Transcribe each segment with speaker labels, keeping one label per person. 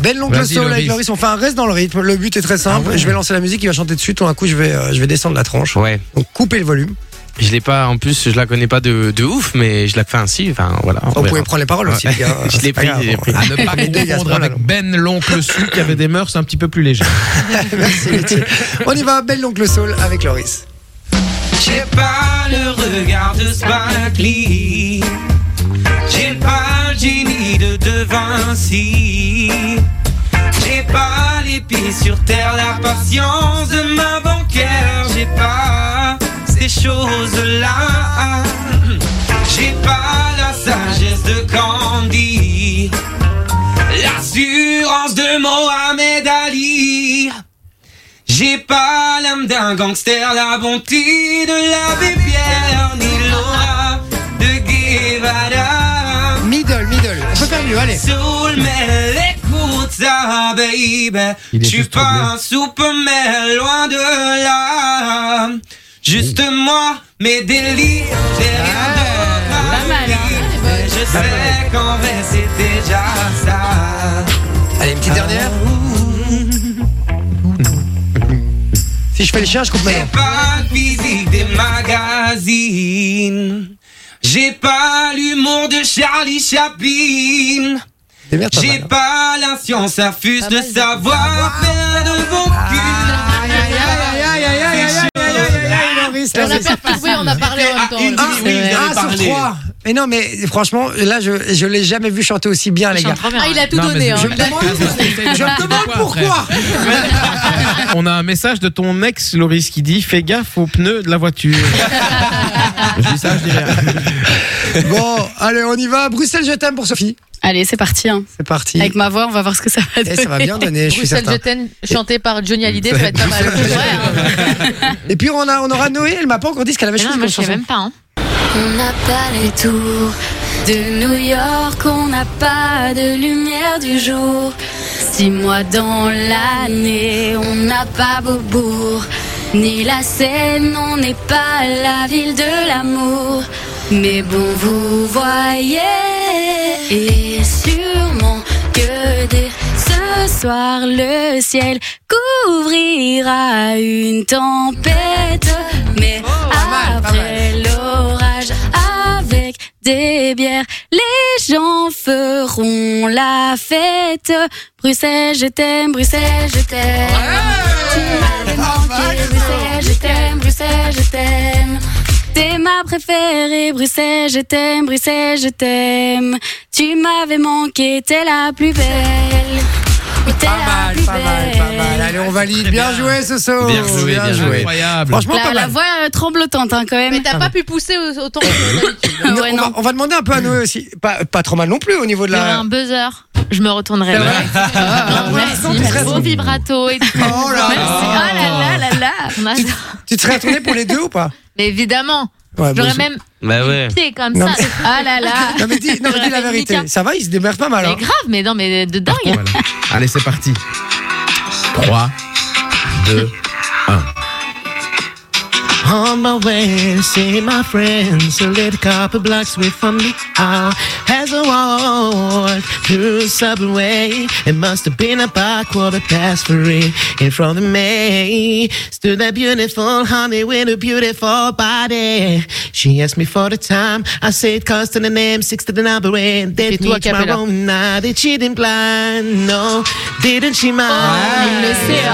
Speaker 1: Belle longue le
Speaker 2: Vas-y,
Speaker 1: soul Ben avec
Speaker 2: Loris.
Speaker 1: Loris. On fait un reste dans le rythme. Le but est très simple.
Speaker 2: Ah ouais.
Speaker 1: Je vais lancer la musique, il va chanter dessus. Tout d'un coup, je vais, euh, je vais descendre la tranche.
Speaker 2: Ouais.
Speaker 1: Donc, coupez le volume.
Speaker 2: Je l'ai pas, en plus, je la connais pas de, de ouf, mais je la fais ainsi. Enfin, voilà. on
Speaker 1: Vous
Speaker 2: verra.
Speaker 1: pouvez prendre les paroles aussi, les gars.
Speaker 2: Je
Speaker 1: C'est
Speaker 2: l'ai
Speaker 1: pas
Speaker 2: pris,
Speaker 1: grave. Ah,
Speaker 2: je l'ai pris.
Speaker 3: À ne pas
Speaker 1: Les deux, il y a ce
Speaker 3: confondre
Speaker 1: problème.
Speaker 3: avec Ben, l'oncle Sou, qui avait des mœurs un petit peu plus légères.
Speaker 1: Merci, Laetitia. On y va. Belle longue le soul avec Loris.
Speaker 4: J'ai pas le regard de Sparkly. J'ai pas le génie de De Vinci. J'ai pas les pieds sur terre, la patience de ma bancaire. J'ai pas ces choses-là. J'ai pas la sagesse de Candy. L'assurance de Mohamed Ali. J'ai pas l'âme d'un gangster, la bonté de l'abbé Pierre, ni l'aura de Guevara.
Speaker 1: Middle, middle. On peut faire mieux, allez.
Speaker 4: Soul, mais écoute ça, baby.
Speaker 3: Il est
Speaker 4: Tu
Speaker 3: juste trop
Speaker 4: pas
Speaker 3: bien.
Speaker 4: un soupe, mais loin de là. Juste moi, mes délires, j'ai rien d'autre à
Speaker 5: Ah, pas mal, hein.
Speaker 4: dire. Mais Je sais qu'en vrai, c'est déjà ça.
Speaker 1: Allez, une petite dernière. Si je fais le chien, je coupe
Speaker 4: J'ai
Speaker 1: maintenant.
Speaker 4: pas le physique des magazines. J'ai pas l'humour de Charlie Chaplin.
Speaker 1: Des merdes, pas
Speaker 4: J'ai
Speaker 1: mal, hein.
Speaker 4: pas la science affuse
Speaker 5: Pas
Speaker 4: de
Speaker 5: mal de
Speaker 4: savoir faire de vos culs.
Speaker 1: hein. Loris,
Speaker 5: On
Speaker 1: là,
Speaker 5: a
Speaker 1: c'est-
Speaker 5: peur que oui, on a parlé en même temps.
Speaker 4: une
Speaker 5: Ah,
Speaker 4: demi-minute,
Speaker 5: ouais.
Speaker 4: j'avais
Speaker 1: Un sur
Speaker 4: parlé.
Speaker 1: trois. Mais non, mais franchement, là, je, je l'ai jamais vu chanter aussi bien, les gars.
Speaker 5: Ah, il a tout
Speaker 3: Non, mais
Speaker 5: donné.
Speaker 3: je-
Speaker 5: hein.
Speaker 1: Je me demande, je me demande pourquoi.
Speaker 3: On a un message de ton ex, Loris, qui dit Fais gaffe aux pneus de la voiture. je dis ça, je dis rien.
Speaker 1: Bon, allez, on y va. Bruxelles, je t'aime pour Sophie.
Speaker 6: Allez, c'est parti. hein.
Speaker 1: C'est parti.
Speaker 6: Avec ma voix, on va voir ce que ça va
Speaker 1: Et
Speaker 6: donner.
Speaker 1: ça va bien donner, je suis
Speaker 5: Bruxelles
Speaker 1: certain.
Speaker 5: Je t'aime, chanté par Johnny Hallyday, ça va être pas mal. Ouais, hein.
Speaker 1: Et puis on, a, on aura Noé, elle m'a pas encore dit ce qu'elle avait
Speaker 7: Mais non,
Speaker 1: choisi
Speaker 7: moi
Speaker 1: comme
Speaker 7: je sais
Speaker 1: chanson.
Speaker 7: même pas. Hein.
Speaker 8: On n'a pas les tours de New York, on n'a pas de lumière du jour. Six mois dans l'année, on n'a pas Beaubourg, ni la Seine, on n'est pas la ville de l'amour. Mais bon, vous voyez, et sûrement que dès ce soir, le ciel couvrira une tempête. Mais
Speaker 1: mal, Oh, pas
Speaker 8: après l'orage avec des bières. Les gens feront la fête. Bruxelles, je t'aime, Bruxelles, je t'aime. Tu m'avais manqué, Bruxelles, je t'aime, Bruxelles, je t'aime. T'es ma préférée, Bruxelles, je t'aime, Bruxelles, je t'aime. Tu m'avais manqué, t'es la plus belle. Oui, t'es
Speaker 1: Pas
Speaker 8: la
Speaker 1: mal,
Speaker 8: plus
Speaker 1: pas mal,
Speaker 8: belle.
Speaker 1: pas mal. Allez, on valide. Bien joué, Soso.
Speaker 2: Bien joué, bien joué.
Speaker 3: Incroyable.
Speaker 1: Franchement,
Speaker 6: La,
Speaker 1: pas
Speaker 6: la
Speaker 1: mal.
Speaker 6: voix euh, tremblotante hein, quand même.
Speaker 5: Mais t'as pas pu pousser au- autant que d'habitude.
Speaker 1: Non,
Speaker 6: ouais,
Speaker 1: on, va,
Speaker 6: non.
Speaker 1: on va demander un peu à Noé aussi. Pas, pas trop mal non plus au niveau de
Speaker 7: Il y aurait
Speaker 1: la.
Speaker 7: un buzzer, je me retournerai.
Speaker 1: C'est vrai
Speaker 7: Ah,
Speaker 1: pour l'instant, tu serais-
Speaker 7: merci. Beau vibrato et tout. Ah
Speaker 1: Oh là
Speaker 6: Merci.
Speaker 1: là.
Speaker 6: Oh là là là là.
Speaker 7: On a-
Speaker 1: Tu te serais retourné pour les deux ou pas
Speaker 7: Mais évidemment,
Speaker 1: Ouais, bon,
Speaker 7: j'aurais
Speaker 1: c'est-
Speaker 7: même
Speaker 2: Bah ouais.
Speaker 7: pied comme
Speaker 1: Non,
Speaker 7: ça.
Speaker 1: mais-
Speaker 7: Ah là là.
Speaker 1: Non mais dis, non, mais dis la
Speaker 7: J'aurais fait
Speaker 1: vérité.
Speaker 7: Mika.
Speaker 1: Ça va, il se démerde pas mal.
Speaker 7: Mais
Speaker 1: hein.
Speaker 7: grave, mais non, mais de dingue.
Speaker 3: Voilà. Allez, c'est parti. 3, 2, 1. On my way, see my friends, a little couple blocks away from me. I has a walk through the subway. It must have been about quarter past three. In front of me stood that beautiful honey with a beautiful body. She asked me for the time. I said, cost and the name, six to the number, and
Speaker 5: Et
Speaker 3: then
Speaker 5: tout a
Speaker 3: reach my
Speaker 5: cappella.
Speaker 3: room. Now that she didn't blind, no, didn't she mind?
Speaker 5: Oh, il le sait,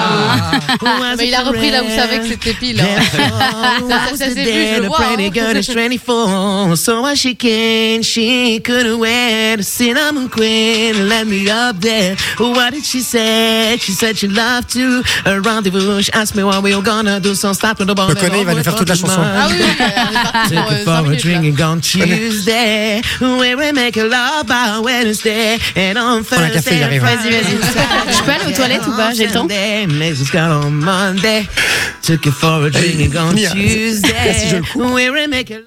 Speaker 3: Who was
Speaker 5: Ah, Mais il a
Speaker 3: it
Speaker 5: repris là où
Speaker 3: friend?
Speaker 5: il savait que c'était pile. hein. Ça- ça- ça s'est vu, je le
Speaker 3: Then a
Speaker 5: vois,
Speaker 3: pretty
Speaker 5: hein.
Speaker 3: girl is 24, so what she can, she couldn't wear the cinnamon queen. Let me up there. What did she say? She said she loved to a rendezvous. She asked me what we were gonna do, so stop with the ball.
Speaker 1: Le connais, il va nous faire toute la chanson.
Speaker 5: Ah oui, oui, on est parti
Speaker 3: Take
Speaker 5: pour
Speaker 3: it
Speaker 5: euh, cinq
Speaker 3: for a
Speaker 5: minutes, là.
Speaker 3: drink on Tuesday. Where we make a love by Wednesday. And on
Speaker 1: Prends un café, il
Speaker 3: Thursday,
Speaker 1: arrive.
Speaker 3: Friday,
Speaker 6: Je peux aller aux toilettes ou pas J'ai le temps
Speaker 1: Mia, c'est- si je le coupe.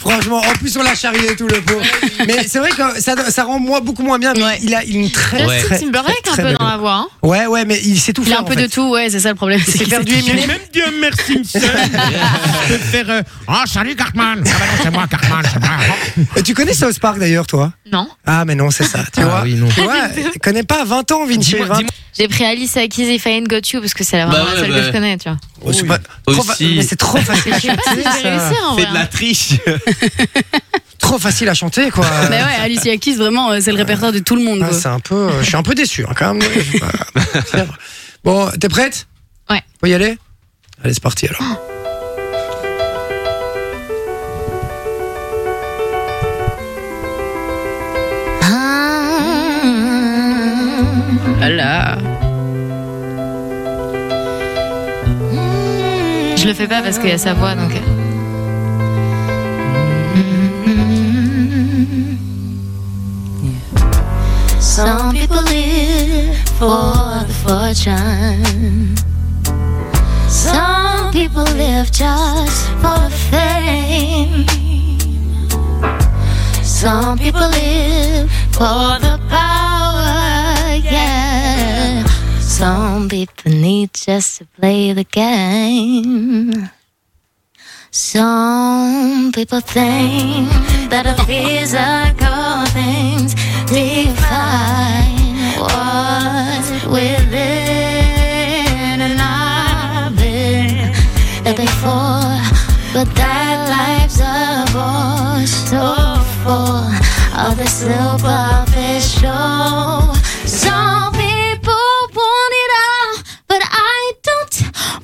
Speaker 1: Franchement, en plus, on l'a charrié et tout le pot. Mais c'est vrai que ça, ça rend moi beaucoup moins bien. Mais
Speaker 8: Ouais.
Speaker 1: il a une très.
Speaker 5: Justin
Speaker 1: très,
Speaker 5: Timberlake
Speaker 1: très,
Speaker 5: un
Speaker 1: très
Speaker 5: peu
Speaker 1: belle
Speaker 5: dans la voix. hein.
Speaker 1: voix. Ouais, ouais, mais il sait tout
Speaker 8: Il
Speaker 1: faire.
Speaker 8: a un
Speaker 1: en
Speaker 8: peu
Speaker 1: fait.
Speaker 8: de tout, ouais, c'est ça le problème. C'est
Speaker 1: C'est
Speaker 8: qu'il
Speaker 1: faire
Speaker 8: sait
Speaker 1: du
Speaker 8: tout
Speaker 1: Eminem.
Speaker 3: Même Dieu merci, Simpson peut faire euh, Oh, salut Cartman Ah bah non, c'est moi, Cartman, c'est moi.
Speaker 1: Et Tu connais South Park d'ailleurs, toi
Speaker 5: Non.
Speaker 1: Ah, mais non, c'est ça. Tu
Speaker 2: Ah
Speaker 1: vois
Speaker 2: oui, non.
Speaker 1: Tu vois, tu connais pas 20 ans, Vinci.
Speaker 2: Dis-moi-
Speaker 1: 20
Speaker 2: dis-moi-
Speaker 5: J'ai pris Alice à Keys If I Ain't Got You parce que c'est la- vraiment
Speaker 2: Bah ouais,
Speaker 5: la seule
Speaker 2: bah
Speaker 5: que je
Speaker 2: ouais.
Speaker 5: connais, tu vois.
Speaker 1: Oh, c'est pas-
Speaker 2: Oui.
Speaker 1: trop fa-
Speaker 2: Aussi.
Speaker 1: mais c'est trop facile à
Speaker 5: Je sais pas si
Speaker 1: chanter.
Speaker 5: je vais
Speaker 1: ça.
Speaker 5: réussir en
Speaker 2: Fais
Speaker 5: vrai.
Speaker 2: de la triche.
Speaker 1: Trop facile à chanter, quoi.
Speaker 8: Mais Bah ouais, Alicia Keys, vraiment, euh, c'est le répertoire de tout le monde.
Speaker 1: Ah,
Speaker 8: quoi.
Speaker 1: c'est un peu. euh, je suis un peu déçu, hein, quand même. Je sais pas. C'est vrai. bon, t'es prête
Speaker 5: Ouais.
Speaker 1: Faut y aller Allez, c'est parti alors.
Speaker 8: Ah là.
Speaker 5: Je le fais pas parce qu'il y a sa voix donc.
Speaker 9: Some people live for the fortune. Some people live just for the fame. Some people live for the power, yeah. Some people need just to play the game. Some people think that a physical things define what's within, and I've been there before. But that life's a bore so full of the superficial. Some people want it all, but I don't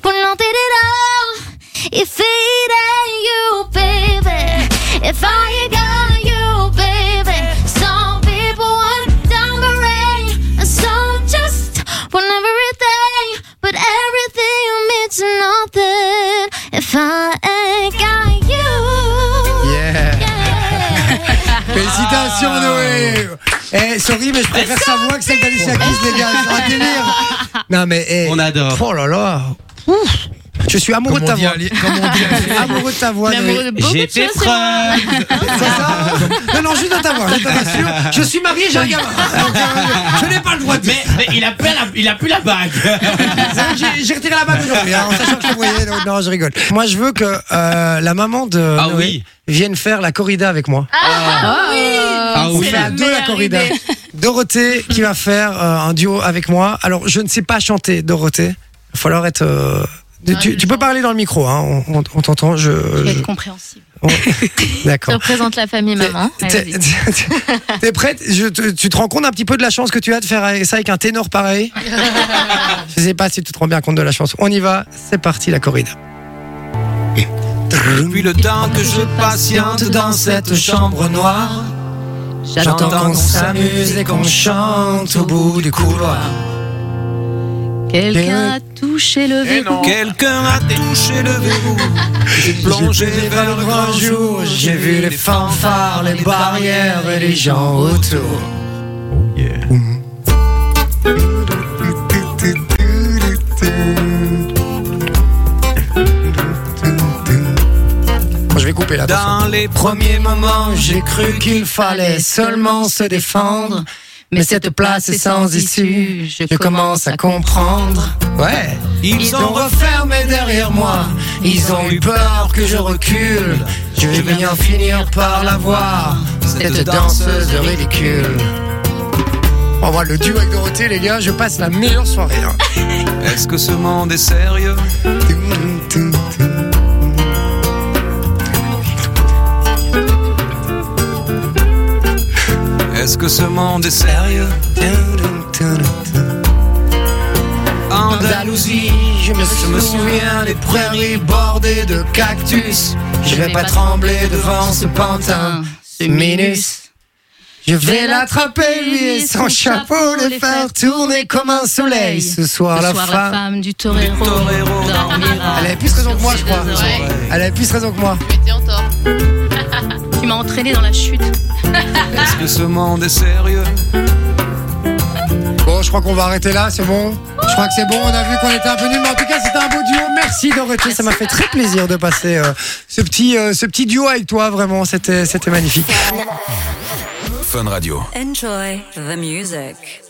Speaker 9: want it at all. If it ain't you, baby, if I ain't got you, baby, some people want downgrade, and some just want everything, but everything means nothing if I ain't got you.
Speaker 1: Yeah.
Speaker 9: Yeah.
Speaker 1: Félicitations,
Speaker 2: Ah.
Speaker 1: Noé Eh, sorry, mais je préfère sa voix que celle d'Alicia Keys, les gars. C'est un délire Non, mais... eh,
Speaker 2: On adore.
Speaker 1: Oh là là Ouf. Je suis amoureux
Speaker 2: Comme
Speaker 1: de ta
Speaker 2: on dit
Speaker 1: voix.
Speaker 2: à
Speaker 3: euh,
Speaker 2: l'é- comme on dit à l'é-
Speaker 1: Amoureux de ta voix,
Speaker 5: L'amour
Speaker 1: Noé.
Speaker 5: de beaucoup de
Speaker 2: fait
Speaker 5: choses. c'est vrai.
Speaker 1: C'est ça Non, non, juste de ta voix. Je, t'en assure. je suis marié, j'ai un gamin. Donc, euh, je n'ai pas le droit de
Speaker 10: Mais, mais il, a plus la, il a plus la bague.
Speaker 1: J'ai- J'ai retiré la bague aujourd'hui, hein, en sachant que je le voyais, donc non, je rigole. Moi, je veux que euh, la maman de
Speaker 2: Ah
Speaker 1: Noé
Speaker 2: oui.
Speaker 1: vienne faire la corrida avec moi.
Speaker 2: Ah
Speaker 1: On
Speaker 2: oui.
Speaker 1: fait à deux la corrida. Dorothée qui va faire euh, un duo avec moi. Alors, je ne sais pas chanter, Dorothée. Il va falloir être. euh, tu-
Speaker 5: je
Speaker 1: tu,
Speaker 5: le
Speaker 1: peux
Speaker 5: sens.
Speaker 1: parler dans le micro, hein, on, on- on t'entend. Je,
Speaker 8: Je vais
Speaker 1: je-
Speaker 8: être compréhensible.
Speaker 1: on-
Speaker 5: Je
Speaker 1: D'accord.
Speaker 5: représente la famille maman.
Speaker 1: T'es-
Speaker 5: Allez,
Speaker 1: T'es
Speaker 5: vas-y.
Speaker 1: t'es prête Je te- Tu te rends compte un petit peu de la chance que tu as de faire avec- ça avec un ténor pareil Je sais pas si tu te rends bien compte de la chance. On y va, c'est parti la corrida.
Speaker 4: Depuis le temps que je patiente dans cette chambre noire, j'entends qu'on s'amuse et qu'on chante au bout du couloir.
Speaker 5: Quelqu'un a touché le verrou.
Speaker 4: Quelqu'un a touché le verrou. J'ai plongé vers le grand jour. J'ai vu les fanfares, les barrières et les gens autour.
Speaker 1: Bon, je vais couper là. attention.
Speaker 4: Dans les premiers moments, j'ai cru qu'il fallait seulement se défendre.
Speaker 1: Mais cette place est sans issue, je commence à comprendre. Ouais.
Speaker 4: Ils ont refermé derrière moi. Ils ont eu peur que je recule.
Speaker 1: Je vais bien finir par la voir, cette danseuse ridicule. On va le duo avec Dorothée, les gars, je passe la meilleure soirée. hein.
Speaker 4: Est-ce que ce monde est sérieux Est-ce que ce monde est sérieux Andalousie, je me, je me souviens des prairies bordées de cactus. Je vais pas trembler devant ce pantin, ce minus. Je vais l'attraper, lui et son chapeau, le faire tourner comme un soleil. Ce soir, la femme.
Speaker 8: du torero.
Speaker 4: Torero
Speaker 1: Elle avait plus raison que moi, je crois. Elle avait plus raison que moi.
Speaker 11: Mais t'es en tort.
Speaker 8: Tu m'as entraîné dans la chute.
Speaker 4: Est-ce que ce monde est sérieux
Speaker 1: Bon, Bon, je crois qu'on va arrêter là, c'est bon Je crois que c'est bon, on a vu qu'on était un peu nuls, mais en tout cas, c'était un beau duo. Merci Dorothée, ça m'a fait très plaisir de passer euh, ce, petit, euh, ce petit duo avec toi, vraiment, c'était c'était magnifique.
Speaker 12: Fun Radio.
Speaker 13: Enjoy the music.